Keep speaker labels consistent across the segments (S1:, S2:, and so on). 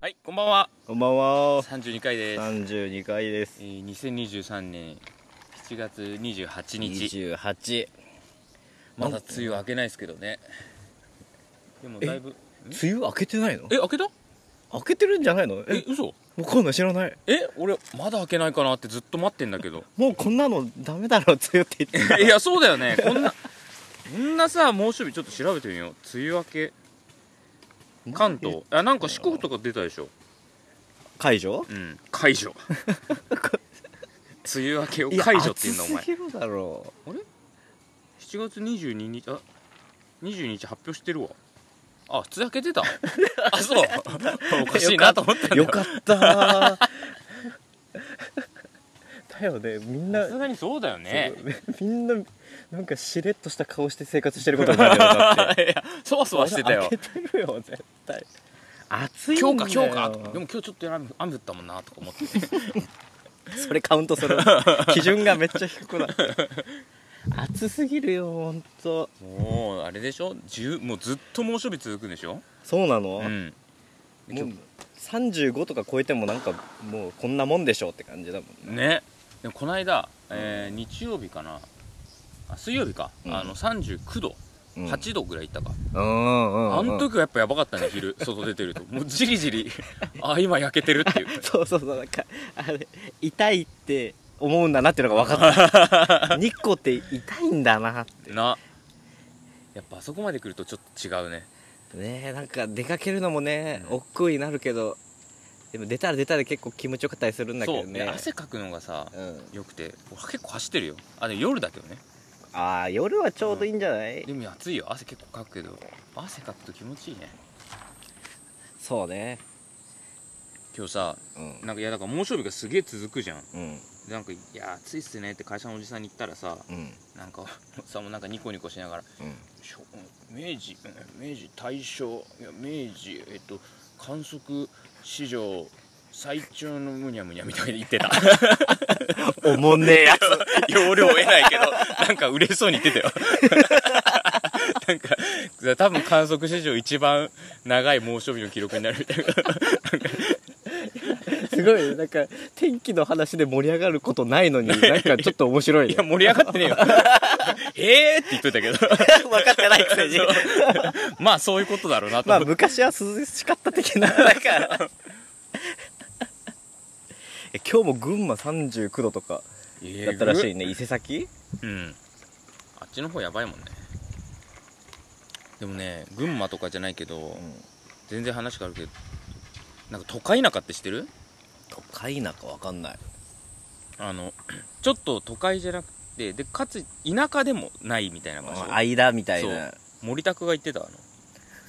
S1: はい、こんばんは。
S2: こんばんは。
S1: 三十二回です。
S2: 三十二回です
S1: え。ー二千二十三年七月二十八
S2: 二
S1: 日。
S2: 十八。
S1: まだ梅雨明けないですけどね。でもだいぶ。
S2: 梅雨明けてないの？
S1: え、明けた？
S2: 明けてるんじゃないの？
S1: え
S2: え、、
S1: 嘘？
S2: わかんない知らない。
S1: え、俺まだ明けないかなってずっと待ってんだけど。
S2: もうこんなのダメだろ梅雨って言ってた。
S1: いや、そうだよね。こんな こんなさ猛暑日ちょっと調べてみよう。梅雨明け関東。あ、なんか四国とか出たでしょ。
S2: 解除？
S1: うん。解 除。梅雨明けを解除って言うんだお
S2: いや
S1: 前
S2: 暑。すぎる だろ
S1: 7月22日あ22日発表してるわあつやけ てたあそう おかしいなと思ったんだ
S2: う。よかった。だよねみんな
S1: さす。がにそうだよね
S2: みんななんかしれっとした顔して生活してることになるよだ って
S1: いやそわそわしてたよ
S2: 開けてるよ絶対暑いんだ
S1: 今
S2: よ
S1: 日か今日かでも今日ちょっと雨雨降ったもんなとか思って
S2: それカウントする基準がめっちゃ低くなる暑すぎるよほんと
S1: もうあれでしょ10もうずっと猛暑日続くんでしょ
S2: そうなの、
S1: うん
S2: もう35とか超えてもなんかもうこんなもんでしょうって感じだもんね
S1: ねでもこの間、えー日曜日かなあ水曜日か、
S2: うん
S1: あの39度
S2: うん
S1: 8度ぐらいいったか、
S2: うんうんうん
S1: あの時はやっぱやばかったね昼 外出てるともうじりじりあ今焼けてるっていう
S2: そうそうそうなんかあれ痛いって思うんだなっていうのが分かった 日光って痛いんだな ってね
S1: なやっぱあそこまで来るとちょっと違うね
S2: えなんか出かけるのもね億劫になるけどでも出たら出たら結構気持ちよかったりするんだけ
S1: そ
S2: ど
S1: う
S2: ね
S1: で汗かくのがさ
S2: うん、
S1: よくて俺結構走ってるよあでも夜だけどね
S2: ああ夜はちょうどいいんじゃない、
S1: でも暑いよ汗結構かくけど汗かくと気持ちいいね
S2: そうね
S1: 今日さ
S2: うん
S1: なんかいやだから猛暑日がすげえ続くじゃん
S2: うん
S1: でなんか「いや暑いっすね」って会社のおじさんに言ったらさ
S2: うん
S1: なんかさもうなんかニコニコしながらしょ明治明治大正いや明治えっと観測史上最長のむにゃむにゃみたいに言って た
S2: おもんねえや
S1: 容量得ないけどなんか嬉しそうに言って たよなんか多分観測史上一番長い猛暑日の記録になるみたいな
S2: つ すごいねなんか天気の話で盛り上がることない のになんかちょっと面白い
S1: い
S2: ね
S1: や盛り上がってね えよえーって言っといたけど
S2: 分かってないくせに
S1: まあそういうことだろうなと
S2: まあ
S1: 思って、
S2: 昔は涼しかった的 ななんかえ今日も群馬39度とかだったらしいね伊勢崎
S1: うんあっちの方やばいもんねでもね群馬とかじゃないけど、全然話変わるけどなんか都会田舎って知ってる
S2: 都会なんか分かんない
S1: あの ちょっと都会じゃなくてでかつ田舎でもないみたいな場所
S2: 間みたい
S1: そ
S2: な
S1: う森拓が言ってたあの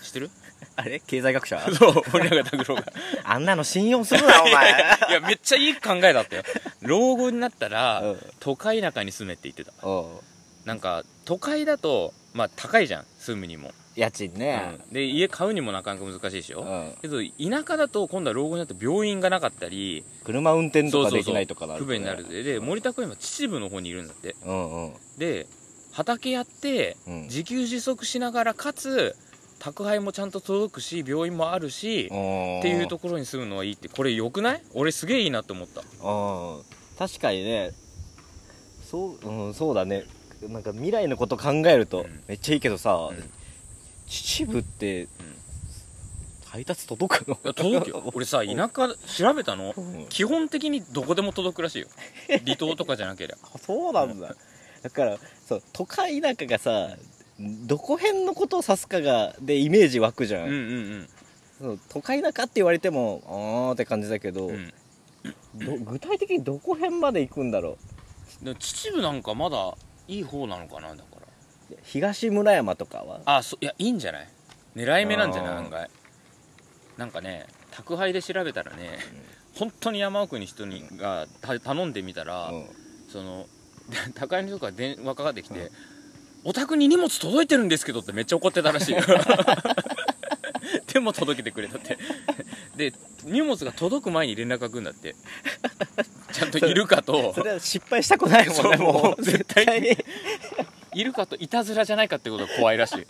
S1: 知ってる
S2: あれ経済学 者
S1: そう 森永拓郎が
S2: あんなの信用するなお前
S1: いやめっちゃいい考えだったよ老後になったら、
S2: うん
S1: 都会田舎に住めって言ってた
S2: おう
S1: なんか都会だとまあ高いじゃん住むにも、
S2: 家賃ね
S1: うんで家買うにもなかなか難しいでしょ、
S2: うん
S1: けど田舎だと今度は老後になって病院がなかったり
S2: 車運転と
S1: そう
S2: か
S1: そう
S2: でき
S1: そう
S2: ないとかなる
S1: 不
S2: とね
S1: 便になるでで森田君は今秩父の方にいるんだって
S2: うんうん
S1: で畑やって
S2: うん
S1: 自給自足しながらかつ宅配もちゃんと届くし病院もあるし
S2: っ
S1: っていうところに住むのはいいってこれ良くない俺すげえいいなって思った
S2: あー確かにねそう,、うん、そうだねなんか未来のこと考えると
S1: うん
S2: めっちゃいいけどさ、
S1: うん
S2: 秩父って、配達 届くの
S1: いや届くよ俺さ田舎調べたの
S2: うん
S1: 基本的にどこでも届くらしい よ離島とかじゃなければ
S2: あそうなんだだからそう都会なんかがさどこ辺のことを指すかがでイメージ湧く じゃ
S1: うん
S2: ん、
S1: うん
S2: そう都会中って言われてもああって感じだけど,、
S1: うんうん
S2: ど具体的にどこ辺まで行くんだろ
S1: でも秩父なんかまだいい方なのかなだから
S2: う東村山とかは
S1: あそいやいいんじゃない狙い目なんじゃない
S2: あー
S1: 案外なんかね宅配で調べたらね、本当に山奥に人にがた頼んでみたら、
S2: うん
S1: その で宅配の人から電話かかってきて、お宅に荷物届いてるんですけど」ってめっちゃ怒ってたら しいよでも届けてくれたってで荷物が届く前に連絡が来るんだってちゃんといるかと
S2: それは失敗したくないもんね
S1: そうも
S2: も
S1: う
S2: う
S1: 絶
S2: 絶
S1: 対
S2: 対に
S1: いるかといたずらじゃないかってことが怖いらし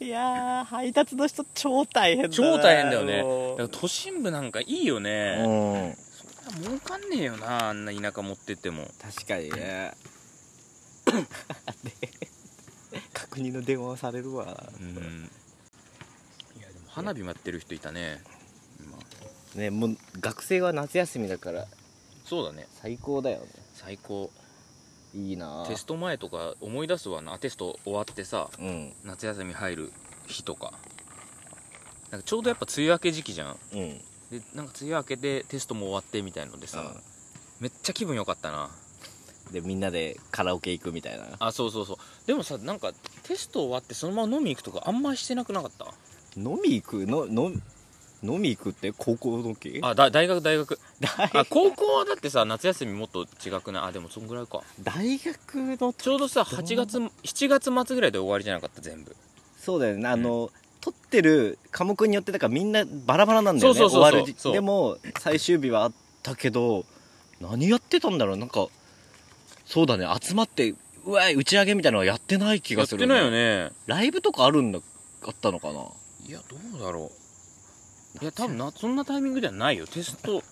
S1: い
S2: いやー配達の人超大変だな
S1: 超大変だよね
S2: も
S1: だから都心部なんかいいよ
S2: う
S1: ね、
S2: うん
S1: 儲かんねえよなあんな田舎持ってっても
S2: 確かにね 確認の電話をされるわ
S1: うんいやでも花火待ってる人いたね今
S2: ねもう学生は夏休みだから
S1: そうだね
S2: 最高だよね
S1: 最高
S2: いいな
S1: テスト前とか思い出すわなテスト終わってさ
S2: うん
S1: 夏休み入る日とかなんかちょうどやっぱ梅雨明け時期じゃん
S2: うん
S1: でなんか梅雨明けでテストも終わってみたいのでさ、めっちゃ気分良かったな
S2: でみんなでカラオケ行くみたいな
S1: あそうそうそうでもさなんかテスト終わってそのまま飲み行くとかあんましてなくなかった
S2: 飲み行くのの飲み行くって高校の時
S1: あだ大学 大学
S2: 大
S1: あ高校はだってさ夏休みもっと違くないあでもそんぐらいか
S2: 大学の時
S1: ちょうどさ8月7月末ぐらいで終わりじゃなかった全部
S2: そうだよねあの、取ってる科目によってだからみんなバラバラなんだよね
S1: そうそうそうそう
S2: 終わる
S1: そ
S2: 時
S1: う
S2: でも最終日はあったけど何やってたんだろうなんかそうだね集まってうわい打ち上げみたいなのはやってない気
S1: や
S2: が
S1: っ
S2: す
S1: て
S2: る、
S1: ないよね
S2: ライブとかあるんだあったのかない
S1: やどうだろういや多分なそんなタイミングではないよテスト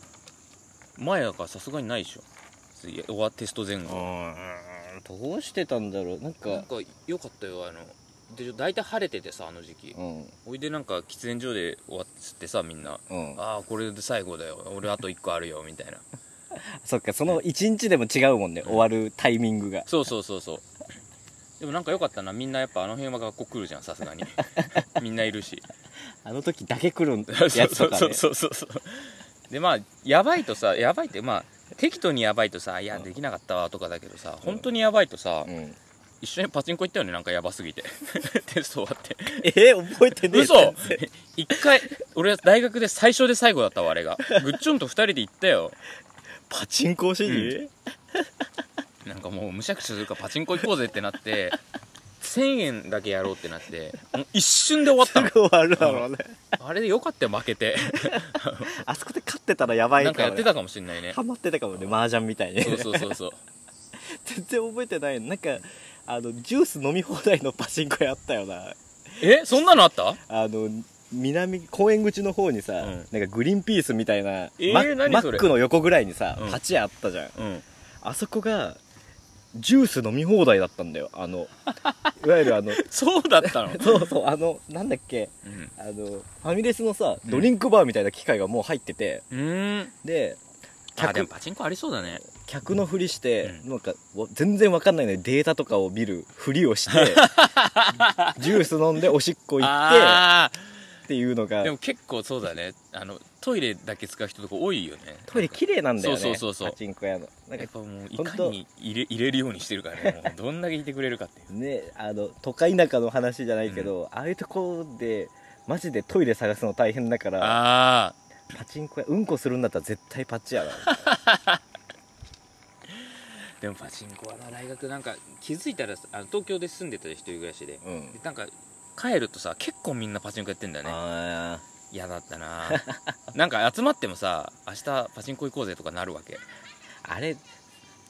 S1: 前だからさすがにないでしょいや終わテスト前後
S2: うんどうしてたんだろうな
S1: な
S2: んか
S1: んか良かったよあので大体晴れててさあの時期
S2: うん
S1: おいでなんか喫煙所で終わってさみんな
S2: うん
S1: ああこれで最後だよ俺あと1個あるよみたい な
S2: そっかその一日でも違うもんね終わるタイミングが
S1: そうそうそうそうでもなんか良かったなみんなやっぱあの辺は学校来るじゃんさすが にみんないるし
S2: あの時だけ来る
S1: そう
S2: やつ
S1: そ
S2: と
S1: う
S2: か
S1: そ
S2: ね
S1: うそうそうでまあやばいとさやばいってまあ適度にやばいとさ「いや
S2: うん
S1: できなかったわ」とかだけどさ本当にやばいとさ、
S2: うん
S1: 一緒にパチンコ行ったよねなんかやばすぎて テスト終わって
S2: えー覚えてねえ
S1: 嘘一回俺は大学で最初で最後だったわあれがグッチョンと二人で行ったよ
S2: パチンコしに、
S1: うなんかもうむしゃくしゃするからパチンコ行こうぜってなって1000円だけやろうってなってもう一瞬で終わったの
S2: すぐ終わるだろうね、
S1: あれでよかったよ負けて
S2: あそこで勝ってたらやばい
S1: な
S2: か
S1: んかや
S2: ら、
S1: っ
S2: ね、
S1: てたかもしんないね
S2: ハマってたかもね麻雀みたいに
S1: そうそうそうそう
S2: 全然覚えてないなんかあのジュース飲み放題のパチンコ屋あったよな
S1: えそんなのあった
S2: あの南公園口の方にさ、
S1: うん
S2: なんかグリーンピースみたいな、
S1: えー
S2: マ
S1: 何それ
S2: マックの横ぐらいにさ、
S1: うん
S2: 鉢屋あったじゃん
S1: うん
S2: あそこがジュース飲み放題だったんだよあのいわゆるあの
S1: そうだった の、
S2: そうそうあのなんだっけ
S1: うん
S2: あのファミレスのさドリンクバーみたいな機械がもう入ってて、
S1: うーん
S2: で
S1: あでもパチンコありそうだね
S2: 客のふりして、
S1: う
S2: なんかわ全然わかんないのにデータとかを見るふりをして ジュース飲んでおしっこ行っ
S1: あ
S2: てっていうの
S1: あ
S2: が
S1: でも結構そうだねあのトイレだけ使う人とか多いよね
S2: トイレ綺麗なんだよね
S1: そうそうそうそう
S2: パチンコ屋のなん
S1: や
S2: か
S1: っぱもうい
S2: ほん
S1: か
S2: と
S1: に入れ入れるようにしてるから ねもうどんだけいてくれるかっていう
S2: ねあの都会田舎の話じゃないけど、ああいうところでマジでトイレ探すの大変だから
S1: ああ
S2: パチンコ屋うんこするんだったら絶対パチやな
S1: でもパチンコはな大学なんか気づいたらさあの東京で住んでた人一人暮らしで
S2: うん
S1: でなんか帰るとさ結構みんなパチンコやってんだよね
S2: あ
S1: 嫌だったななんか集まってもさ明日パチンコ行こうぜとかなる わけ
S2: ーあれ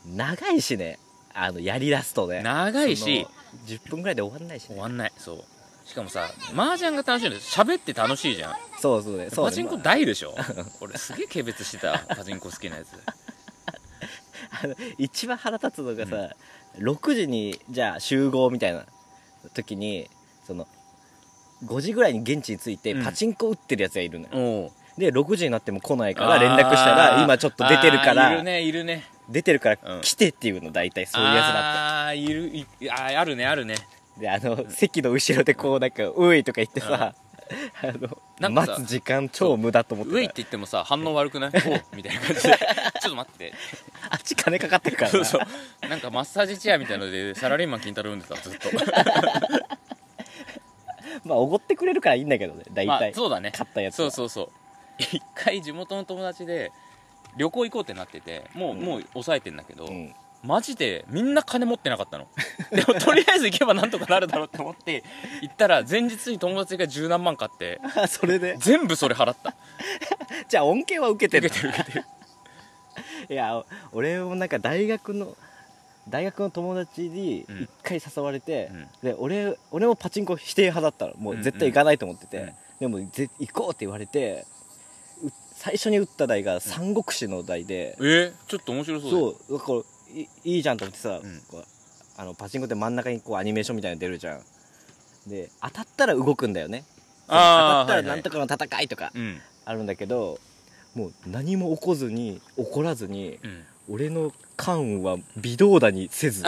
S2: 長いしねあのやりだすとね
S1: 長いし
S2: その10分ぐらいで終わんないし
S1: 終
S2: ね
S1: わんないそうしかもさ麻雀が楽しいんで喋って楽しいじゃん
S2: そうそうねそうね
S1: パチンコ大でしょ俺すげえ軽蔑して たパチンコ好きなやつ
S2: あの 一番腹立つのがさ、6時にじゃあ集合みたいな時にその5時ぐらいに現地に着いて
S1: うん
S2: パチンコ打ってるやつがいるのよ、
S1: お
S2: で6時になっても来ないから連絡したら今ちょっと出てるか
S1: い
S2: ら、
S1: るねいるね
S2: 出てるから
S1: うん
S2: 来てっていうの大体そういうやつだっ
S1: ああいるいあーあるねあるね
S2: たであの席の後ろでこうなんか「うい」とか言ってさ、
S1: な
S2: あの
S1: んかさ
S2: 待つ時間超無駄と思っ
S1: ウェイっ
S2: て
S1: たて言ってもさ反応悪く ないおうみたいな感じでちょっと待って
S2: あっち金かかってるから
S1: そう
S2: な
S1: そう なんかマッサージチェアみたいのでサラリーマン金太郎産んでたず っと
S2: まあおごってくれるからいいんだけどね大
S1: まあ
S2: 体、
S1: そうだね
S2: 買ったやつ
S1: そ
S2: は
S1: うそうそう一回地元の友達で旅行行こうってなっててもう、
S2: うん
S1: もう抑えてんだけど、
S2: うん
S1: マジでみんな金持ってなかったの でもとりあえず行けばなんとかなるだろうって思って行ったら前日に友達が十何万買って
S2: あ それで
S1: 全部それ払った
S2: じゃあ恩恵は受けて
S1: 受
S2: る
S1: けてる受けてる
S2: いやお俺もなんか大学の大学の友達に
S1: うん
S2: 一回誘われて、
S1: うん
S2: で俺俺もパチンコ否定派だったのもう絶対行かないと思ってて、でもぜ行こうって言われてう最初に打った台が三国志の台で、
S1: えちょっと面白そうだよ
S2: そうだからいいいじゃんと思ってさ、
S1: うん
S2: こうあのパチンコって真ん中にこうアニメーションみたいなの出るじゃんで当たったら動くんだよね
S1: ああ
S2: 当た
S1: は
S2: ったらないんとかの戦いとか
S1: はいうん
S2: あるんだけど、もう何も起こずに怒らずに
S1: うん
S2: 俺の缶は微動だに せず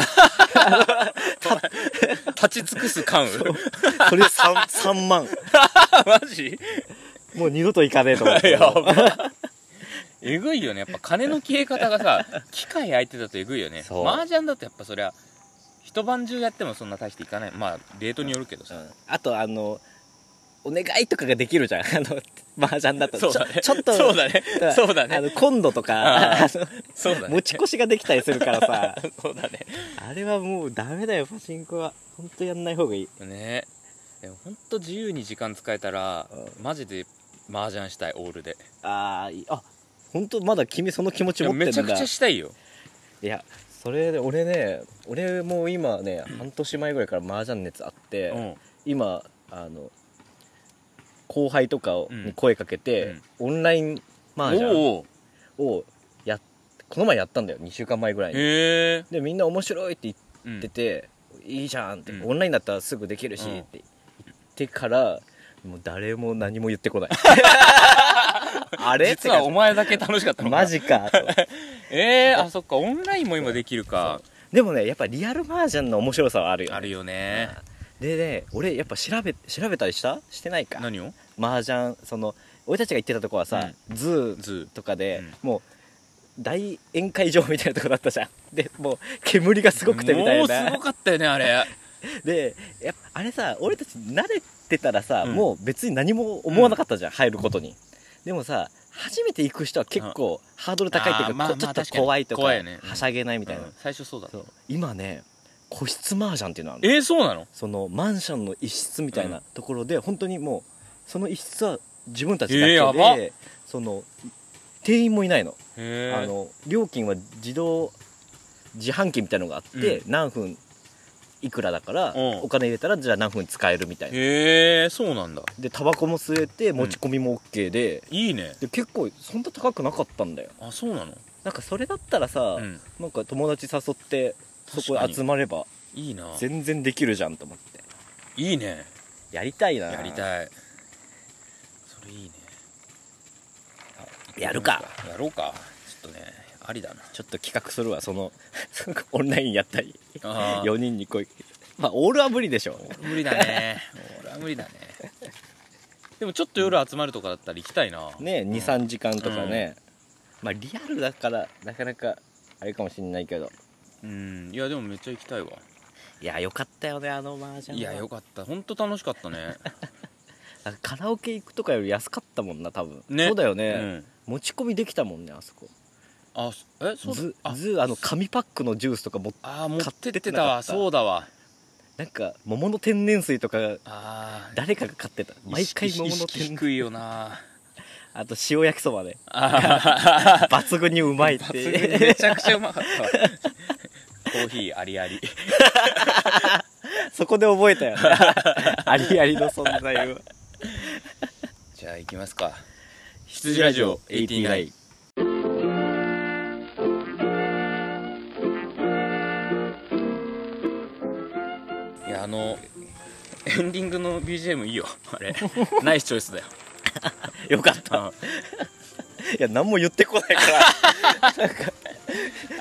S1: 立ち尽くす感
S2: それ 3, 3万
S1: マジ
S2: もう二度と行かねえと思 って
S1: やばえぐいよねやっぱ金の消え方が さ機械相手だとえぐいよね
S2: そう
S1: 麻雀だとやっぱそりゃ一晩中やってもそんな大していかないまあレートによるけど
S2: う
S1: さ、
S2: んあとあのお願いとかができるじゃんあ の麻雀だと
S1: そうだね
S2: ちょちょっと
S1: そうだね
S2: だ
S1: そうだ
S2: あ
S1: ね
S2: の今度とか
S1: あー
S2: あの
S1: そうだね
S2: 持ち越しができたりするからさ
S1: そうだね
S2: あれはもうダメだよパチンコは本当やんない方がいい
S1: ねでもほんと自由に時間使えたら
S2: う
S1: マジで麻雀したいオールで
S2: あーいいあ本当まだ君その気持
S1: い
S2: ち
S1: や
S2: 持ってる
S1: め
S2: ん
S1: ち
S2: だ
S1: ゃくちゃしたいよ
S2: いやそれで俺ね俺もう今ね半年前ぐらいから麻雀熱あって、
S1: うん
S2: 今あの後輩とかを
S1: うん
S2: に声かけて、オンライン麻雀
S1: おお
S2: をやっこの前やったんだよ2週間前ぐらいに
S1: へえ
S2: でみんな面白いって言って
S1: うん
S2: てて、いいじゃんって、
S1: うん
S2: オンラインだったらすぐできるし
S1: うん
S2: って言ってからもう誰も何も言ってこない あれ
S1: 実はお
S2: って
S1: 前だけ楽しかった
S2: 感じ
S1: のか
S2: マジかと
S1: ええあそっかオンラインも今できるか
S2: でもねやっぱリアル麻雀の面白さはあるよ、ね、
S1: あるよね
S2: でね俺やっぱ調べ調べたりしたしてないか
S1: 何を
S2: 麻雀その俺たちが行ってたとこはさ、ズー
S1: ズ
S2: とかで、
S1: うん
S2: もう大宴会場みたいなとこだったじゃんでもう煙がすごくてみたい
S1: もうすご
S2: な
S1: かったよねあれ
S2: でやっぱあれさ俺たち慣れてたらさ、
S1: うん
S2: もう別に何も思わなかったじゃん、入ることにでもさ初めて行く人は結構ハードル高いっていう
S1: あ
S2: か、
S1: ーまあ
S2: こうち
S1: ま
S2: ょっ
S1: あ
S2: と
S1: 確かに
S2: 怖いとか
S1: 怖いよねうん
S2: はしゃげないみたいな、
S1: うん最初そうだった
S2: そう今ね個室麻雀っていうのあるの
S1: えーそうなの
S2: そのマンションの一室みたいなところで、本当にもうその一室は自分たちだけで、
S1: えーやば
S2: その店員もいないの,、
S1: へ
S2: あ
S1: え
S2: の料金は自動自販機みたいのがあって、何分いくらだから、
S1: うん
S2: お金入れたらじゃあ何分使えるみたいな
S1: へえそうなんだ
S2: でタバコも吸えて持ち込みも OK で,、
S1: いいね
S2: で結構そんな高くなかったんだよ
S1: あそうなの
S2: なんかそれだったらさ、
S1: うん
S2: なんか友達誘ってそこ
S1: 確か
S2: へ
S1: に
S2: 集まれば
S1: いいな
S2: 全然できるじゃんと思って
S1: いいね
S2: やりたいな
S1: やりたいそれいいね
S2: やるか
S1: やろうかちょっとねありだ な
S2: ちょっと企画するわその オンラインやったり
S1: あ
S2: 4人に声かけまあオールは無理でしょ
S1: 無理だね俺は無理だねでもちょっと夜集まるとかだったら行きたいな
S2: ね23時間とかね、まあリアルだからなかなかあれかもしんないけど
S1: うんいやでもめっちゃ行きたいわ
S2: いやよかったよねあの麻雀
S1: いやよかった本当楽しかった ね
S2: なんかカラオケ行くとかより安かったもんな多分、
S1: ね
S2: そうだよ
S1: う
S2: ね、
S1: ん
S2: 持ち込みできたもんねあそこ
S1: あそえそう
S2: ず
S1: だあ
S2: ずあの紙パックのジュースとかも
S1: あー持ってって
S2: 買ってな
S1: た
S2: か
S1: わ
S2: った
S1: そうだわ
S2: なんか桃の天然水とか
S1: あー
S2: 誰かが買ってた毎回
S1: 意識
S2: 桃の
S1: 意識
S2: 天然
S1: 低いよな
S2: あと塩焼きそばね
S1: あー
S2: 抜群にうまいっ
S1: 抜群に
S2: て
S1: めちゃくちゃうまかったわコーヒーありあ り
S2: そこで覚えたよ、ね、 ありありの存在を
S1: じゃあ行きますか羊ラジオ89いやあのエンディングの BGM いいよあ れナイスチョイスだよ
S2: よかった
S1: あ
S2: いや何も言ってこないから
S1: あ
S2: ちょ
S1: れ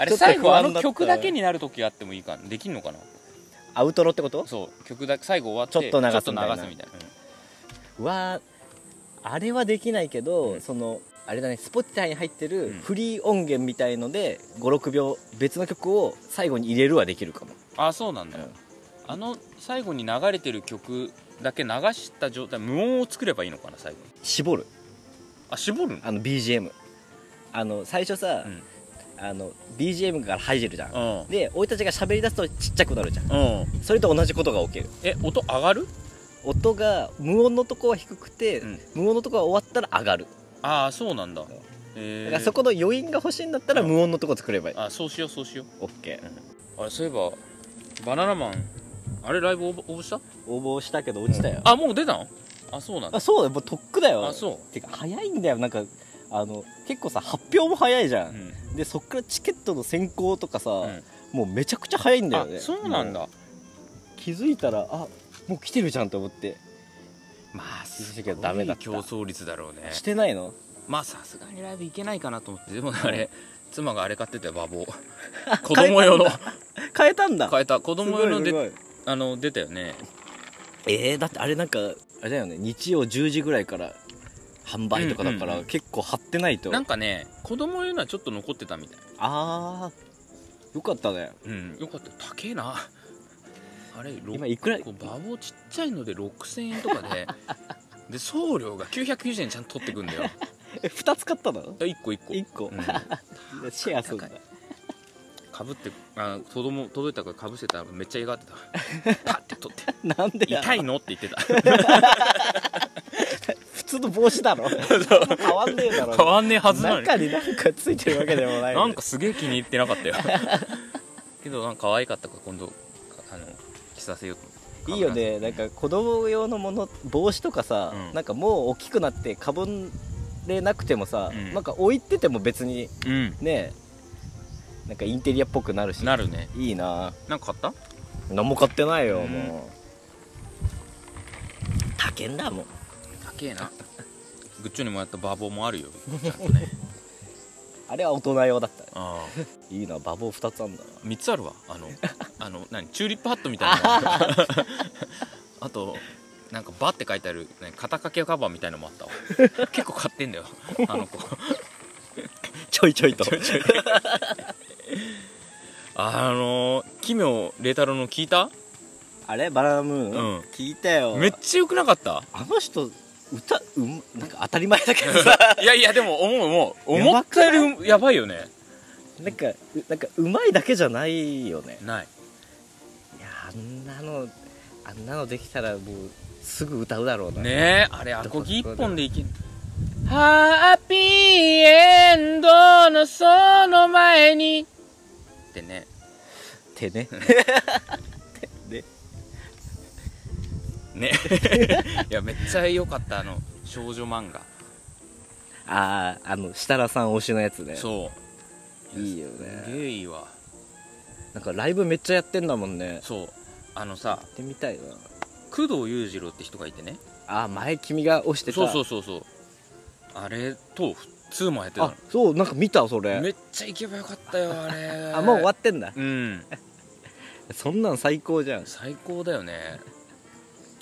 S2: っと
S1: 最
S2: 不
S1: 後
S2: 安
S1: あ
S2: だった
S1: の曲だけになる時があってもいいかなできんのかな
S2: アウトロってこと
S1: そう曲だけ最後終わって
S2: ちょっと流すみたいな
S1: ちょっと流すみたいな
S2: はあれはできないけど、
S1: うん
S2: そのあれだね Spotify に入ってる
S1: うん
S2: フリー音源みたいので56秒別の曲を最後に入れるはできるかも、
S1: あそうなんだ、
S2: うん
S1: あの最後に流れてる曲だけ流した状態無音を作ればいいのかな最後に
S2: 絞る
S1: あ絞るの
S2: あの BGM あの最初さ、
S1: うん
S2: あの BGM から入るじゃん、
S1: うん
S2: で俺たちが喋り出すとちっちゃくなるじゃん
S1: うん
S2: それと同じことが起きる
S1: え音上がる
S2: 音が無音のとこは低くて、
S1: うん
S2: 無音のとこが終わったら上がる
S1: ああそうなんだ
S2: う
S1: え
S2: だからそこの余韻が欲しいんだったら
S1: うん
S2: 無音のとこ作ればいい、
S1: あそうしようそうしよう
S2: OK、
S1: あれそういえばバナナマンあれライブ応募応募した
S2: 応募したけど落ちたよ、
S1: あもう出たのあそうなんだ
S2: あそうだよもうとっくだよ
S1: あそう
S2: てか早いんだよなんかあの結構さ発表も早いじゃ、
S1: うんん
S2: でそっからチケットの選考とかさ、
S1: うん
S2: もうめちゃくちゃ早いんだよ
S1: あ
S2: ね
S1: そうなん
S2: も
S1: だ
S2: 気づいたらあもう来てるじゃんと思ってまあ涼しいけどダメだっ
S1: す
S2: た
S1: ごい競争率だろうね
S2: してないの
S1: まあさすがにライブ行けないかなと思ってでもあれ妻があれ買ってたよ馬 房子供用の
S2: 変えたんだ
S1: 変えた子供用の
S2: すご
S1: で
S2: いす
S1: あの出たよね
S2: ごいえー、だってあれなんかあれだよね日曜10時ぐらいから販売とかだか
S1: うんうん
S2: ら
S1: うん
S2: 結構張ってないと、
S1: なんかね子供用のはちょっと残ってたみたい
S2: あーよかったね
S1: うんよかった高えなあれろ
S2: 今いくら
S1: こう馬房ちっちゃいので6000円とか でで送料が990円ちゃんと取ってくんだよ
S2: え2つ買ったの
S1: 1個1個
S2: 1個、シェアするんだ
S1: 高かぶってあ子供届いたからかぶせたらめっちゃ嫌が ってたパッて取って
S2: なんでや
S1: 痛いのって言って た
S2: 普通の帽子 だろ変わんねえだろ
S1: 変わんねえはずなのに
S2: 中になんかついてるわけでもない
S1: なんかすげえ気に入ってなか ったよけどなんか可愛かったから今度かあの着させようと思って
S2: いいよねなんか子供用のもの帽子とかさ、
S1: うん
S2: なんかもう大きくなってかぶれなくてもさ、
S1: うん
S2: なんか置いてても別に
S1: うん
S2: ねなんかインテリアっぽくなるし
S1: なるね
S2: いいな
S1: なんか買っ
S2: 何も買ってないよ、
S1: うん
S2: もう高えんだもん
S1: た高えなグッチョにもらったバーボーもあ るよちゃんとね
S2: あれは大人用だった
S1: ああ
S2: いいな馬房2つあんだな
S1: 3つあるわあの あの何チューリップハットみたい なのあとなんか「バ」って書いてある、ね、肩掛けカバーみたいのもあったわ 結構買ってんだよあの子
S2: ちょいちょいと
S1: あのー奇妙麗太郎の聞いた
S2: あれバナナムーン、
S1: うん
S2: 聞いたよ
S1: めっちゃよくなかった
S2: あの人歌うんなんか当たり前だけ どさ
S1: いやいやでも思う思う
S2: や
S1: 思
S2: ば
S1: っ
S2: くな
S1: た
S2: い
S1: よりやばいよね
S2: なんかうなんかうまいだけじゃないよね
S1: ない
S2: いやあんなのあんなのできたらもうすぐ歌うだろうな、
S1: ねえあれアコギ一本でいけんハッピーエンドのその前にってね
S2: ってね
S1: ねいやめっちゃ良かったあの少女漫画
S2: あああの設楽さん推しのやつね
S1: そう
S2: いいよ
S1: す
S2: ね
S1: げえいいわ
S2: なんかライブめっちゃやってんだもんね
S1: そうあのさ
S2: やってみたいな
S1: 工藤裕次郎って人がいてね
S2: あー前君が推してた
S1: そうそううそうそうあれと普通もやってた
S2: あそうなんか見たそ
S1: のめ
S2: れ
S1: っちゃ行けばよかった よあれ
S2: あもう終わってんだ
S1: うん
S2: そんなん最高じゃん
S1: 最高だよね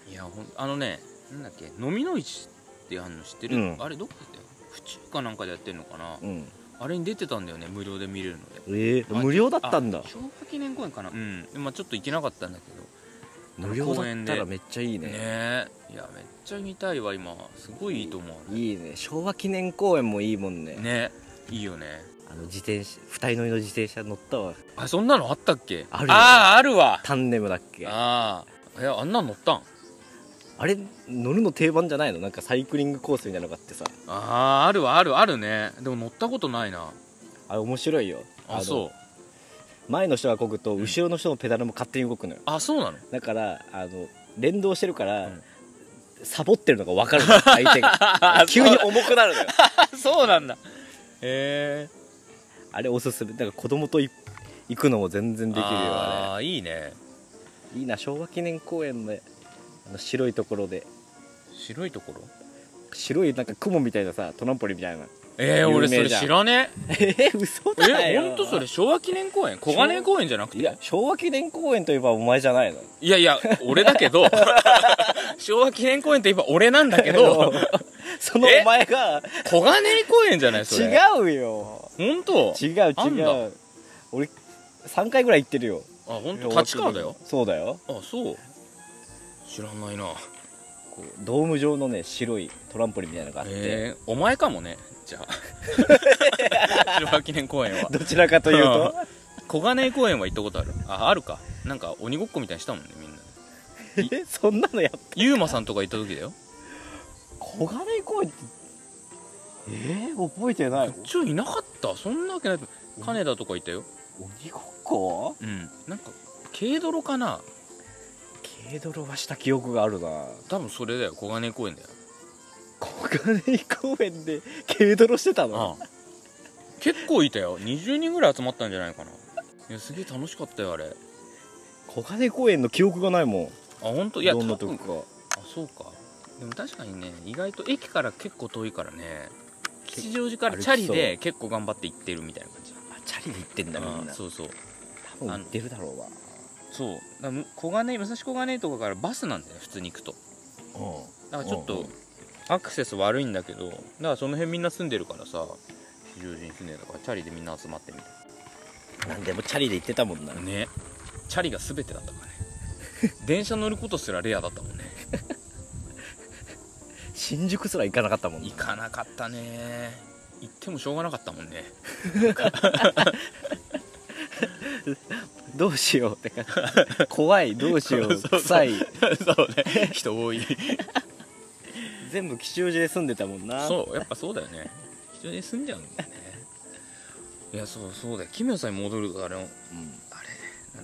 S1: いやほんあのねなんだっけ飲みの市ってあんの知ってる、
S2: うん
S1: あれどこだったよ府中かなんかでやってんのかな、
S2: うん
S1: あれに出てたんだよね無料で見れるので
S2: えー、無料だったんだ
S1: あ昭和記念公園かなうんでまあちょっと行けなかったんだけど
S2: 無料だった
S1: 公園で
S2: らめっちゃいいね
S1: ねえいやめっちゃ見たいわ今すごいいいと思う
S2: いいね昭和記念公園もいいもんね
S1: ねいいよね
S2: あの自転車二人乗りの自転車乗ったわ
S1: あそんなのあったっけ
S2: あるよ
S1: あーあるわ
S2: タンネムだっけあ
S1: ああいやあんなん乗ったん
S2: れ乗るの定番じゃないのなんかサイクリングコースみたいなのがあってさ
S1: あああるわあるあるねでも乗ったことないな
S2: あれ面白いよ
S1: あそう
S2: う前の人がこぐと後ろの人のペダルも勝手に動くのよ
S1: あそうなの
S2: だからあの連動してるから、
S1: うん
S2: サボってるのが分か るの相手
S1: あ
S2: が急に重くなるのよ
S1: そうなんだへえ
S2: あれおすすめだから子供とい行くのも全然できるよあ
S1: あーいいね
S2: れいいな昭和記念公園のあの白いところで
S1: 白いところ
S2: 白いなんか雲みたいなさトランポリンみたいな
S1: えー、俺それ
S2: 有名じゃん
S1: 知らね
S2: えー、嘘
S1: え
S2: だ
S1: え
S2: よ
S1: ほんとそれ昭和記念公園小金井公園じゃなくて
S2: いや昭和記念公園といえばお前じゃないの
S1: いやいや俺だけ ど昭和記念公園って言えば俺なんだけど
S2: その
S1: え
S2: お前が
S1: 小金井公園じゃないそれ
S2: 違うよ
S1: 本当
S2: 違う
S1: あん
S2: 違
S1: だ
S2: う俺3回ぐらい行ってるよ
S1: あ本当立川だよ
S2: そうだよ
S1: あそう知らないな
S2: こうドーム状のね白いトランポリンみたいなのがあって、
S1: えー、お前かもねじゃ あ昭和記念公園は
S2: どちらかというと
S1: 小金井公園は行ったことあるああるかなんか鬼ごっこみたいにしたもんねみんな
S2: えそんなのやっ
S1: ゆうまさんとか行った時だよ
S2: 小金井公園ってえー、覚えてない
S1: ちょいなかったそんなわけないと金田とかいたよ
S2: 鬼ごっ個
S1: うんなんか軽泥かな
S2: 軽泥はした記憶があるな
S1: 多分それだよ小金井公園だよ
S2: 小金井公園で 軽泥してたの
S1: ああ結構いたよ20人ぐらい集まったんじゃないかないやすげえ楽しかったよあれあ
S2: 小金井公園の記憶がないもん
S1: 本当いや
S2: どん
S1: 多
S2: なと
S1: 分
S2: こ
S1: あそうかでも確かにね意外と駅から結構遠いからね吉祥寺から
S2: 歩
S1: チ
S2: きそ
S1: ャ
S2: う
S1: リで結構頑張って行ってるみたいな感じ
S2: かあチャリで行ってんだみん
S1: あ
S2: な
S1: あそうそう
S2: 多分行ってるだろうわ
S1: そうだからむ小金井武蔵小金井とかからバスなんだよ普通に行くとだからちょっ
S2: うんう
S1: と
S2: ん
S1: アクセス悪いんだけどだからその辺みんな住んでるからさ吉祥寺に住んでるからチャリでみんな集まってみた
S2: なんでもチャリで行ってたもんない
S1: なねチャリが全てだったからね電車乗ることすらレアだったもんね
S2: 新宿すら行かなかったもんな
S1: 行かなかったね行ってもしょうがなかったもんね
S2: どうしようって感じ怖いどうしよ
S1: そううそう
S2: 臭い
S1: そうね人多い
S2: 全部吉祥寺で住んでたもんな
S1: そうやっぱそうだよね人に住んじゃうんだよねいやそうそうだよ奇妙さんに戻るからあれ
S2: うん
S1: なん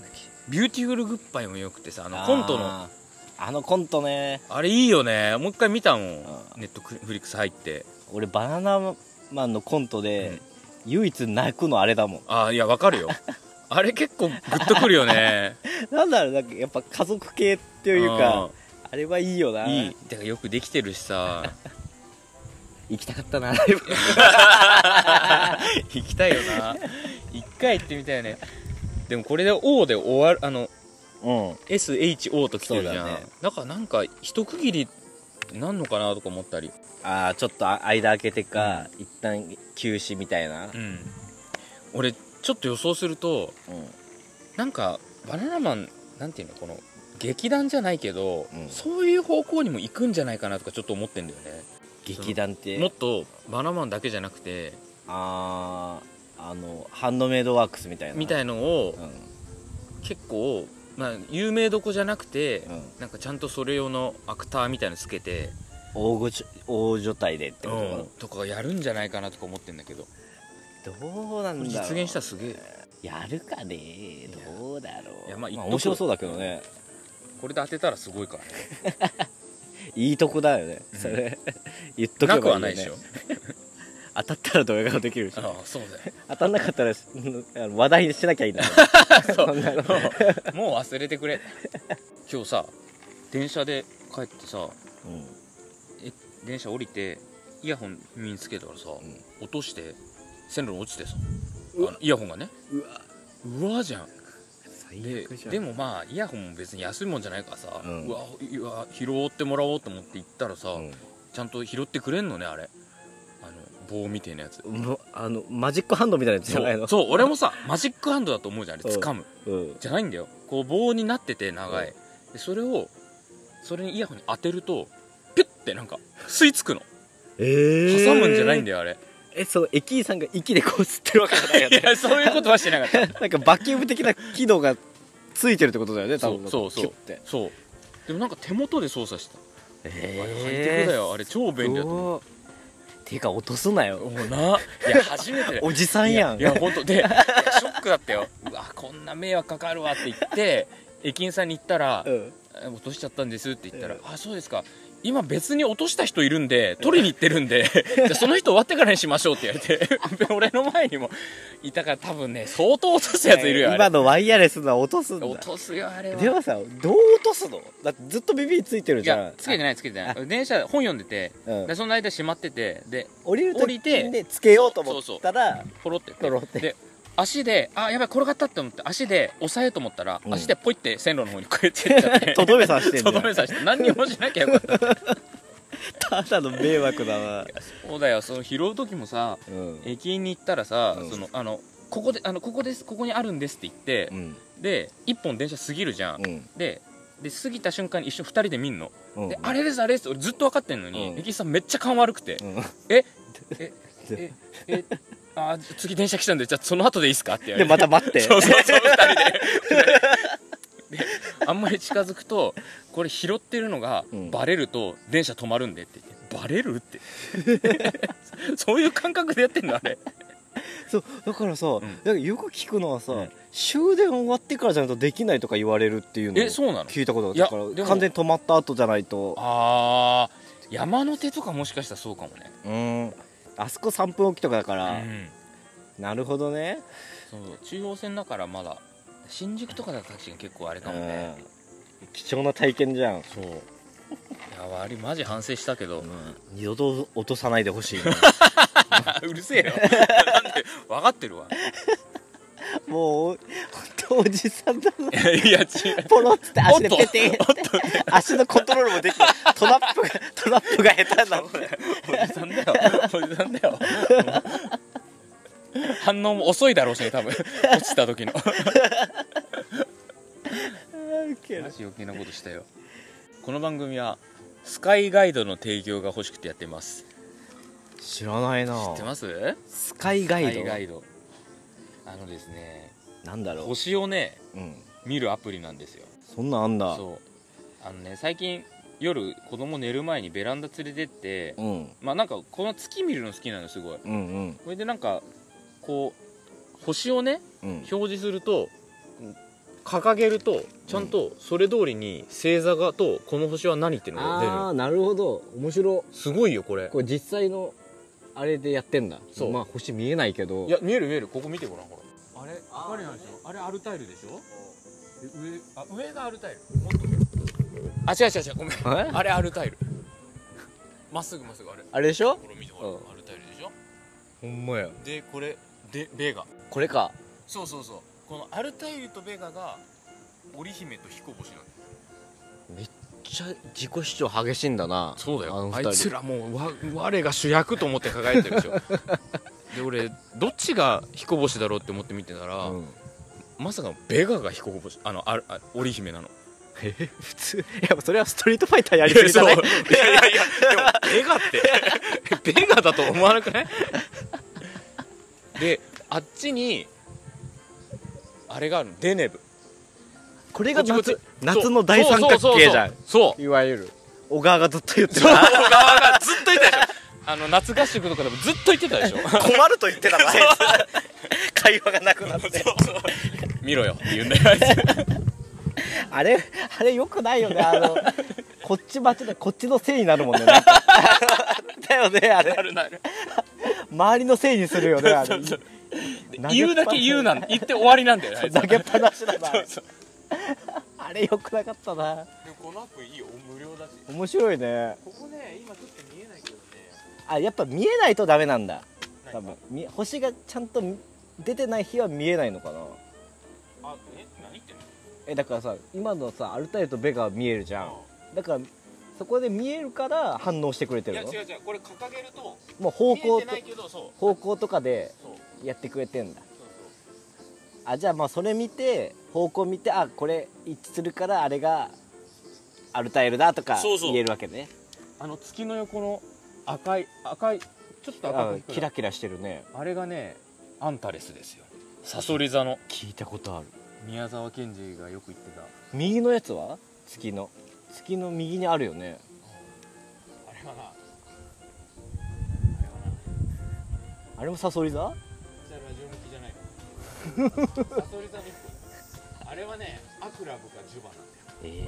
S1: だっけビューティフルグッバイもよくてさあのコントの
S2: あーあのコントね
S1: あれいいよねもう一回見たもん
S2: あ
S1: ネットフリックス入って
S2: 俺バナナマンのコントで、唯一泣くのあれだもん
S1: ああいやわかるよあれ結構グッとくるよね
S2: なんだろうなんかやっぱ家族系というかあれはいいよ
S1: う
S2: なん
S1: いいだからよくできてるしさ
S2: 行きたかったなライブ
S1: 行きたいよな 一回行ってみたいよねでもこれで O で終わるあの
S2: うん
S1: SHO と来てるじゃん
S2: そう
S1: だ,、
S2: だね
S1: からなんか一区切りなんのかなとか思ったり
S2: ああちょっとあ間開けてか、一旦休止みたい
S1: う
S2: な
S1: ん俺ちょっと予想すると
S2: うん
S1: なんかバナナマンなんていうのこの劇団じゃないけど、
S2: うん
S1: そういう方向にも行くんじゃないかなとかちょっと思ってんだよね
S2: 劇団って
S1: もっとバナナマンだけじゃなくて
S2: あああのハンドメイドワークスみたいな
S1: みた
S2: い
S1: いのを
S2: うん
S1: 結構、まあ、有名どこじゃなくて、
S2: うん、
S1: なんかちゃんとそれ用のアクターみたいのつけて
S2: 大御所大所帯でってことかな、
S1: とかやるんじゃないかなとか思ってんだけど
S2: どうなんだろう
S1: 実現したらすげえ
S2: やるかねどうだろう
S1: いやまあ一
S2: まあ、
S1: 徳
S2: 面白そうだけどね
S1: これで当てたらすごいからね
S2: いいとこだよね、
S1: うん
S2: そ れ言っとけば
S1: な
S2: い
S1: いく
S2: よ、ね、
S1: はないでしょ
S2: 当たったら動画ができるし
S1: ああそうだよ
S2: 当たんなかったらうんあの話題にしなきゃ いいんだよそんなの
S1: もう忘れてくれ 今日さ電車で帰ってさ
S2: うん
S1: え電車降りてイヤホン身につけたからさ、
S2: ん
S1: 落として線路に落ちてさ
S2: うわ
S1: あのイヤホンがね
S2: うわ
S1: うわじゃん
S2: 最
S1: で
S2: 悪じゃん
S1: でもまあイヤホンも別に安いもんじゃないからさ、
S2: う
S1: うんわうわ拾ってもらおうと思って行ったらさ、
S2: う
S1: ちゃんと拾ってくれんのねあれあの棒みたいなやつ
S2: んもうあのマジックハンドみたいなやつじ
S1: そ
S2: ゃないの
S1: うそう俺もさマジックハンドだと思うじゃんあれ
S2: うん
S1: 掴む
S2: うん
S1: じゃないんだよこう棒になってて長い、
S2: う
S1: でそれをそれにイヤホンに当てるとピュッてなんか吸い付くの
S2: えー、
S1: 挟むんじゃないんだよあれ、
S2: えその駅員さんが息でこう吸ってるわけじゃないよね
S1: いや そういうことはしてなか った
S2: なんかバキューム的な機能がついてるってことだよね多分
S1: そうそうそう
S2: キュッて
S1: そうでもなんか手元で操作してた、あれハイテ
S2: え
S1: クだよあれ超便利だと思う
S2: てか落とすなよ
S1: おうないや初めてだよ
S2: おじさんやん
S1: いやい本当でいやショックだったようわこんな迷惑かかるわって言って駅員さんに言ったら
S2: う、ん
S1: え落としちゃったんですって言ったら、
S2: ええ
S1: あそうですか今別に落とした人いるんで取りに行ってるんで じゃあその人終わってからにしましょうって言われて 俺の前にもいたから多分ね相当落とすやついるよあ
S2: 今
S1: れ
S2: のワイヤレスのは落とすんだ
S1: 落とすよあれは
S2: でもさどう落とすのだってずっとビビりついてる
S1: い
S2: じゃ
S1: や
S2: ん
S1: つけてないつけてない電車本読んでて
S2: うん
S1: でその間閉まっててで
S2: 降りる
S1: 降り
S2: 時
S1: て
S2: でつけようと思ったら
S1: ポロってやって
S2: ポロって
S1: で足であやばい転がったって思って足で押さえようと思ったら、
S2: うん
S1: 足でポイって線路の方にこうやってやっちゃっ て
S2: とどめさしてん
S1: と
S2: だ
S1: どめ
S2: よ
S1: さして何にもしなきゃよかった
S2: ただの迷惑だな
S1: そうだよその拾う時もさ
S2: うん
S1: 駅員に行ったらさ、
S2: うん
S1: そのあのここであのここですここにあるんですって言って
S2: う、ん
S1: で1本電車過ぎるじゃん、
S2: うん
S1: でで過ぎた瞬間に一緒2人で見んの、
S2: うん
S1: であれですあれです俺ずっと分かってんのに、
S2: うん
S1: 駅員さんめっちゃ勘悪くて、
S2: うん
S1: ええええあー次電車来たんでじゃあその後でいいですかって言わ
S2: で
S1: れて
S2: また待って
S1: そうそうそう2人でであんまり近づくとこれ拾ってるのが
S2: うん
S1: バレると電車止まる んでって言ってバレるってそういう感覚でやってんのあれ
S2: そうだからさ、
S1: ん
S2: だからよく聞くのはさ、
S1: うん
S2: 終電終わってからじゃないとできないとか言われるっていうのを
S1: えそうなの
S2: 聞いたことがある
S1: いや
S2: だから
S1: でも
S2: 完全に止まった後じゃないと
S1: あー山の手とかもしかしたらそうかもね
S2: うんあそこ3分おきとかだから
S1: う、ん
S2: なるほどね
S1: そう中央線だからまだ新宿とかだと確かに結構あれかもね
S2: うん貴重な体験じゃん、
S1: そういやあれマジ反省したけど、
S2: 二度と落とさないでほしい
S1: あ うるせえ よなんで分かってるわ
S2: もう本当おじさんだない
S1: やいや違う
S2: ポロって足
S1: お
S2: で
S1: っ
S2: ペ
S1: と
S2: テって足のコントロールもできないトラップがトラップが下手なの
S1: おじさんだよ おじさんだよ 反応も遅いだろうしね多 分落ちた時のマジ余計なことしたよこの番組はスカイガイドの提供が欲しくてやってます
S2: 知らないな
S1: 知ってます
S2: スカイガイ
S1: スカ
S2: ド
S1: イガイドあのですね
S2: なんだろ
S1: 星をね
S2: う、うん、
S1: 見るアプリなんですよ
S2: そんなんあんだ
S1: そうあのね最近夜子供寝る前にベランダ連れてって
S2: う、ん、
S1: まあなんかこの月見るの好きなのすごい
S2: うんうん
S1: それでなんかこう星をね
S2: うん
S1: 表示すると掲げるとちゃんとそれ通りに星座がとこの星は何っていうのが出る
S3: ああなるほど面白
S1: すごいよこれ
S3: これ実際のあれでやってんだ
S1: そう
S3: まあ星見えないけど
S1: いや見える見えるここ見てごらんほらあれ
S3: あーあれなんでし
S1: ょあれアルタイルでしょ上あ上がアルタイルあ違う違う違うごめん
S3: え
S1: あれアルタイルまっすぐまっすぐあれ
S3: あれでしょ
S1: ほら見てほら、
S3: うん
S1: アルタイルでしょ
S3: ほんまや
S1: でこれでベガ
S3: これか
S1: そうそうそうこのアルタイルとベガが織姫と彦星なんだ
S3: ちゃ自己主張激しいんだな
S1: そうだ
S3: あの
S1: よあ
S3: 二人
S1: いつらもうわ我が主役と思って輝いてるでしょで俺どっちが彦星だろうって思って見てたら、
S3: うん
S1: まさかベガが彦星あのああ織姫なの
S2: え普通 いやそれはストリートファイター や
S1: い
S2: りすぎじゃない
S1: やそういやいやいやでもベガって ベガだと思わなくないであっちにあれがあるのデネブ
S2: これ
S1: こ
S2: が
S1: っちこっち
S2: 夏夏の大三角形じゃん
S1: そうそうそうそうそう
S3: いわゆる
S2: 小川がずっと言って
S1: そう
S2: た
S1: 側がずっと言ってたでしょあの夏合宿とかでもずっと言ってたでしょ
S2: 困ると言ってたなあいつ 会話がなくなって
S1: 見ろよって言うんだよあいつ
S2: あれあれよくないよねあのこっち間違えこっちのせいになるも んねなんかだよねあれ
S1: ある なある
S2: 周りのせいにする よねあれ
S1: そうそう
S2: 投げっぱなし
S1: 言うだけ言うなん言って終わりなんだよねあいつ
S2: 投げっぱなしだなあれ
S1: そう
S2: あれよくなかったな
S1: でもこのアプリいいよ無料だし
S2: 面白いね
S1: ここね今ちょっと見えないけどね
S2: あやっぱ見えないとダメなんだ多分み星がちゃんと出てない日は見えないのかな
S1: あえ何言ってんの
S2: えだからさ今のさアルタイルとベガは見えるじゃんだからそこで見えるから反応してくれて
S1: いや
S2: る
S1: 違
S2: の
S1: う違うこれ掲げると
S2: もう方
S1: 見え
S2: 向
S1: て
S2: と
S1: ないけどそう
S2: 方向とかで
S1: そう
S2: やってくれてんだ
S1: そう
S2: あじゃあまあそれ見て方向見てあこれ一致するからあれがアルタイルだとか
S1: そうそう
S2: 言えるわけね
S1: あの月の横の赤い赤いちょっと
S2: あ
S1: 赤く
S2: キ
S1: 光る
S2: ラキラしてるね
S1: あれがねアンタレスですよサソリ座の
S2: 聞いたことある
S1: 宮沢賢治がよく言ってたあ
S2: 右のやつは月の月の右にあるよね
S1: れはなあれは
S2: あれもサソリ座
S1: なじゃラジオ向きじゃないかサソリ座の一個あれはねアクラブかジュバなんだよ
S2: え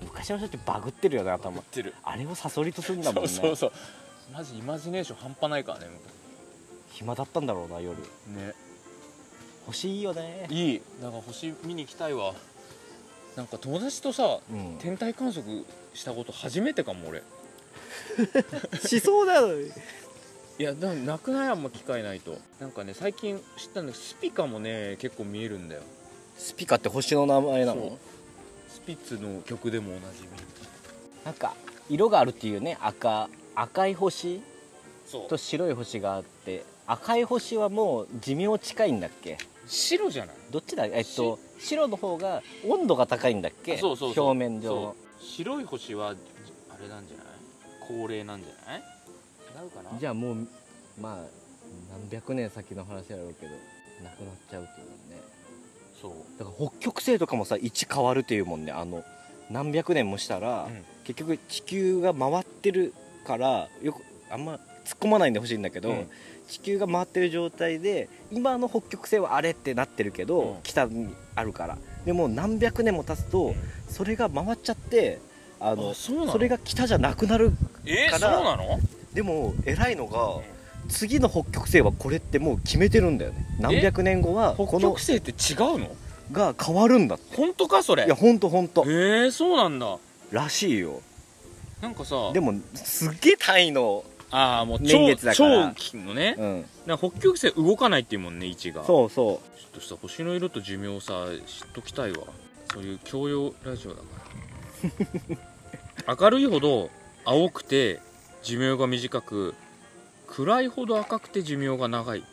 S2: え昔の人ってバグってるよね頭
S1: ってる
S2: あれをサソリとするんだもんね
S1: そうそうそうマジイマジネーション半端ないからね
S2: 暇だったんだろうな夜
S1: ね
S2: 星いいよね
S1: いいなんか星見に行きたいわなんか友達とさ
S2: うん
S1: 天体観測したこと初めてかも俺
S2: しそうだよ
S1: いやでもなくないあんま機会ないとなんかね最近知ったんだけどスピカもね結構見えるんだよ
S2: スピカって星の名前な
S1: そう
S2: の
S1: スピッツの曲でもおなじみ
S2: なんか色があるっていうね赤赤い星
S1: そ
S2: と白い星があって赤い星はもう寿命近いんだっけ
S1: 白じゃない
S2: どっちだえっと白の方が温度が高いんだっけ
S1: そうそうそう
S2: 表面上の
S1: そう白い星はあれなんじゃない恒例なんじゃない違うかな
S2: じゃあもうまあ何百年先の話だろうけどなくなっちゃうっていうね
S1: そう
S2: だから北極星とかもさ位置変わるっていうもんねあの何百年もしたら、
S1: うん
S2: 結局地球が回ってるからよくあんま突っ込まないんでほしいんだけど、
S1: うん
S2: 地球が回ってる状態で今の北極星はあれってなってるけど、
S1: うん
S2: 北にあるからでも何百年も経つと、
S1: うん
S2: それが回っちゃってあの
S1: あそうなの
S2: それが北じゃなくなる
S1: え
S2: か
S1: ー、
S2: ら
S1: そうなの
S2: でも偉いのが
S1: ん
S2: 次の北極星はこれってもう決めてるんだよね何百年後は
S1: 北
S2: こ
S1: 極
S2: の
S1: 星って違うの
S2: が変わるんだって
S1: 本当かそれ
S2: いやほんとほんと
S1: えー、そうなんだ
S2: らしいよ
S1: なんかさ
S2: でもすっげえ単位の
S1: ああもう
S2: 年
S1: 超
S2: 月だから
S1: 超金のね
S2: うん
S1: なんか北極星動かないっていうもんね位置が
S2: そうそ
S1: ちょっとさ星の色と寿命さ知っときたいわそういう教養ラジオだから 明るいほど青くて寿命が短く暗いほど赤くて寿命が長いう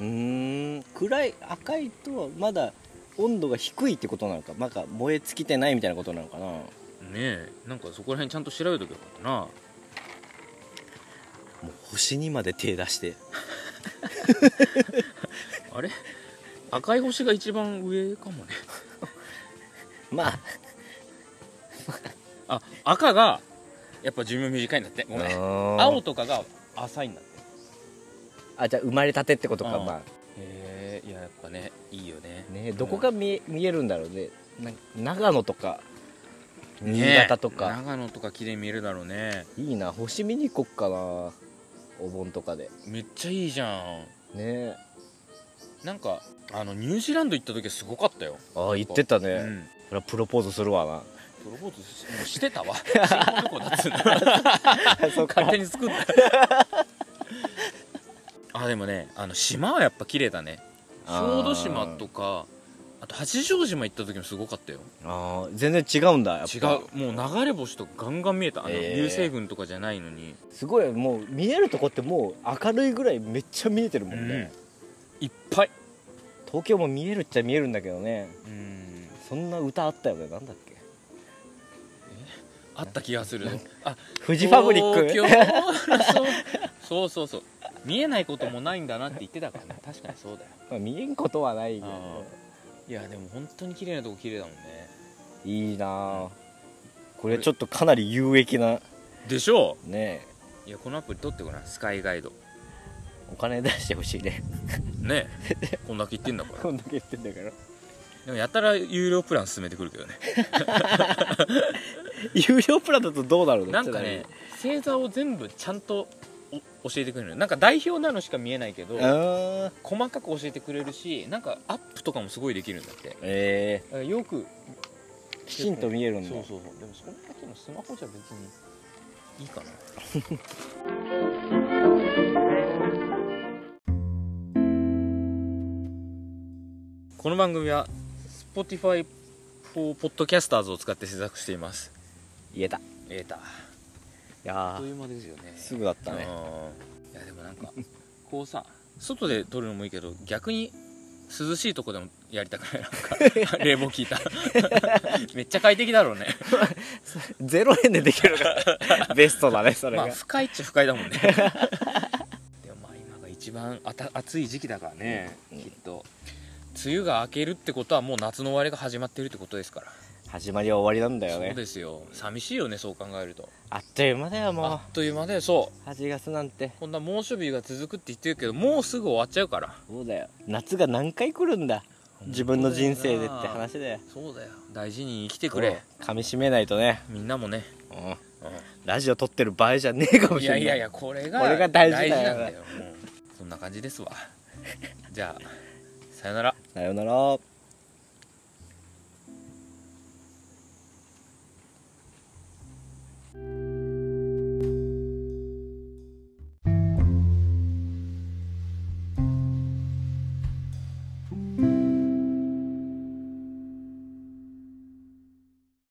S2: うーん暗い赤いとまだ温度が低いってことなのかなんか燃え尽きてないみたいなことなのかなも
S1: ねえなんかそこら辺ちゃんと調べとけばよかったな
S2: う星にまで手出して
S1: あれ赤い星が一番上かもね
S2: まあ
S1: あ赤がやっぱ寿命短いんだってごめん青
S2: 青
S1: とかが浅いんだって
S2: あじゃあ生まれたてってことか
S1: うん
S2: ま
S1: へえいややっぱねいいよね
S2: あねどこが見え見えるんだろうねなんか長野とか新
S1: ねえ
S2: 潟とか
S1: 長野とか綺麗に見えるだろうね
S2: いいな星見に行こっかなお盆とかで
S1: めっちゃいいじゃん
S2: ね
S1: なんかあのニュージーランド行った時はすごかったよ、
S2: ああ言ってたね、
S1: うん、
S2: それはプロポーズするわ
S1: プロポーズしもうしてたわ 新婚旅行だっ つうの
S2: な そう
S1: 勝手に作った あでもねあの島はやっぱ綺麗だね小豆島とかあと八丈島行った時もすごかったよ
S2: あー全然違うんだやっ
S1: 違
S2: ぱ
S1: うもう流れ星とかガンガン見えたあの、
S2: えー
S1: 流星群とかじゃないのに、
S2: すごいもう見えるとこってもう明るいぐらいめっちゃ見えてるもんね、
S1: いっぱい
S2: 東京も見えるっちゃ見えるんだけどね
S1: うん
S2: そんな歌あったよねなんだっけ
S1: あった気がするあ
S2: フジファブリック
S1: 東京の そうそうそうそう見えないこともないんだなって言ってたからね確かにそうだよ
S2: まあ見えんことはないけど
S1: あいやでも本当に綺麗なとこ綺麗だもんね
S2: いいなあこれちょっとかなり有益な
S1: でしょ
S2: ね
S1: ういやこのアプリ取ってごらんスカイガイド
S2: お金出してほしいね
S1: ねえこんだけ言ってんだから
S2: こんだけ言ってんだから
S1: でもやたら有料プラン進めてくるけどね
S2: 有料プランだとどうだろう
S1: なんかね星座を全部ちゃんとお教えてくれるのなんか代表なのしか見えないけど
S2: ちなみにあー
S1: 細かく教えてくれるしなんかアップとかもすごいできるんだってだ
S2: え
S1: からよく
S2: ー、きちんと見えるんだ
S1: そうそうそうでもその時のスマホじゃ別にいいかな この番組は Spotify for Podcasters を使って制作しています
S2: 言えたい
S1: えーたあ
S2: や
S1: っと
S2: ー
S1: いう間ですよね
S2: すぐだったね
S1: うんいやでもなんか こうさ外で撮るのもいいけど逆に涼しいとこでもやりたくない なんか冷房効いた めっちゃ快適だろうね
S2: 0円でできるから ベストだねそれ
S1: ま
S2: が、
S1: あ不快っちゃ不快だ もんねでもまあ今が一番あた暑い時期だからね、
S2: うん
S1: きっと梅雨が明けるってことはもう夏の終わりが始まってるってことですから、
S2: 始まりは終わりなんだ
S1: そ
S2: よ
S1: う
S2: ね
S1: ですよ寂しいよねそう考えると
S2: あっという間だよも
S1: あっという間でそう
S2: 8月なんて
S1: うこんな猛暑日が続くって言ってるけどもうすぐ終わっちゃうから
S2: そうだよ夏が何回来るんだ自分の人生でって話だよ
S1: そうだよ大事に生きてくれ
S2: 噛み締めないとね、
S1: みんなもね、
S2: うん、
S1: う
S2: ラジオ撮ってる場合じゃねえかも
S1: ん、い
S2: し
S1: や
S2: れない
S1: いやいやこれが
S2: これが大事だよ
S1: なんだよもうそんな感じです わじゃあさよなら
S2: さよなら
S4: 「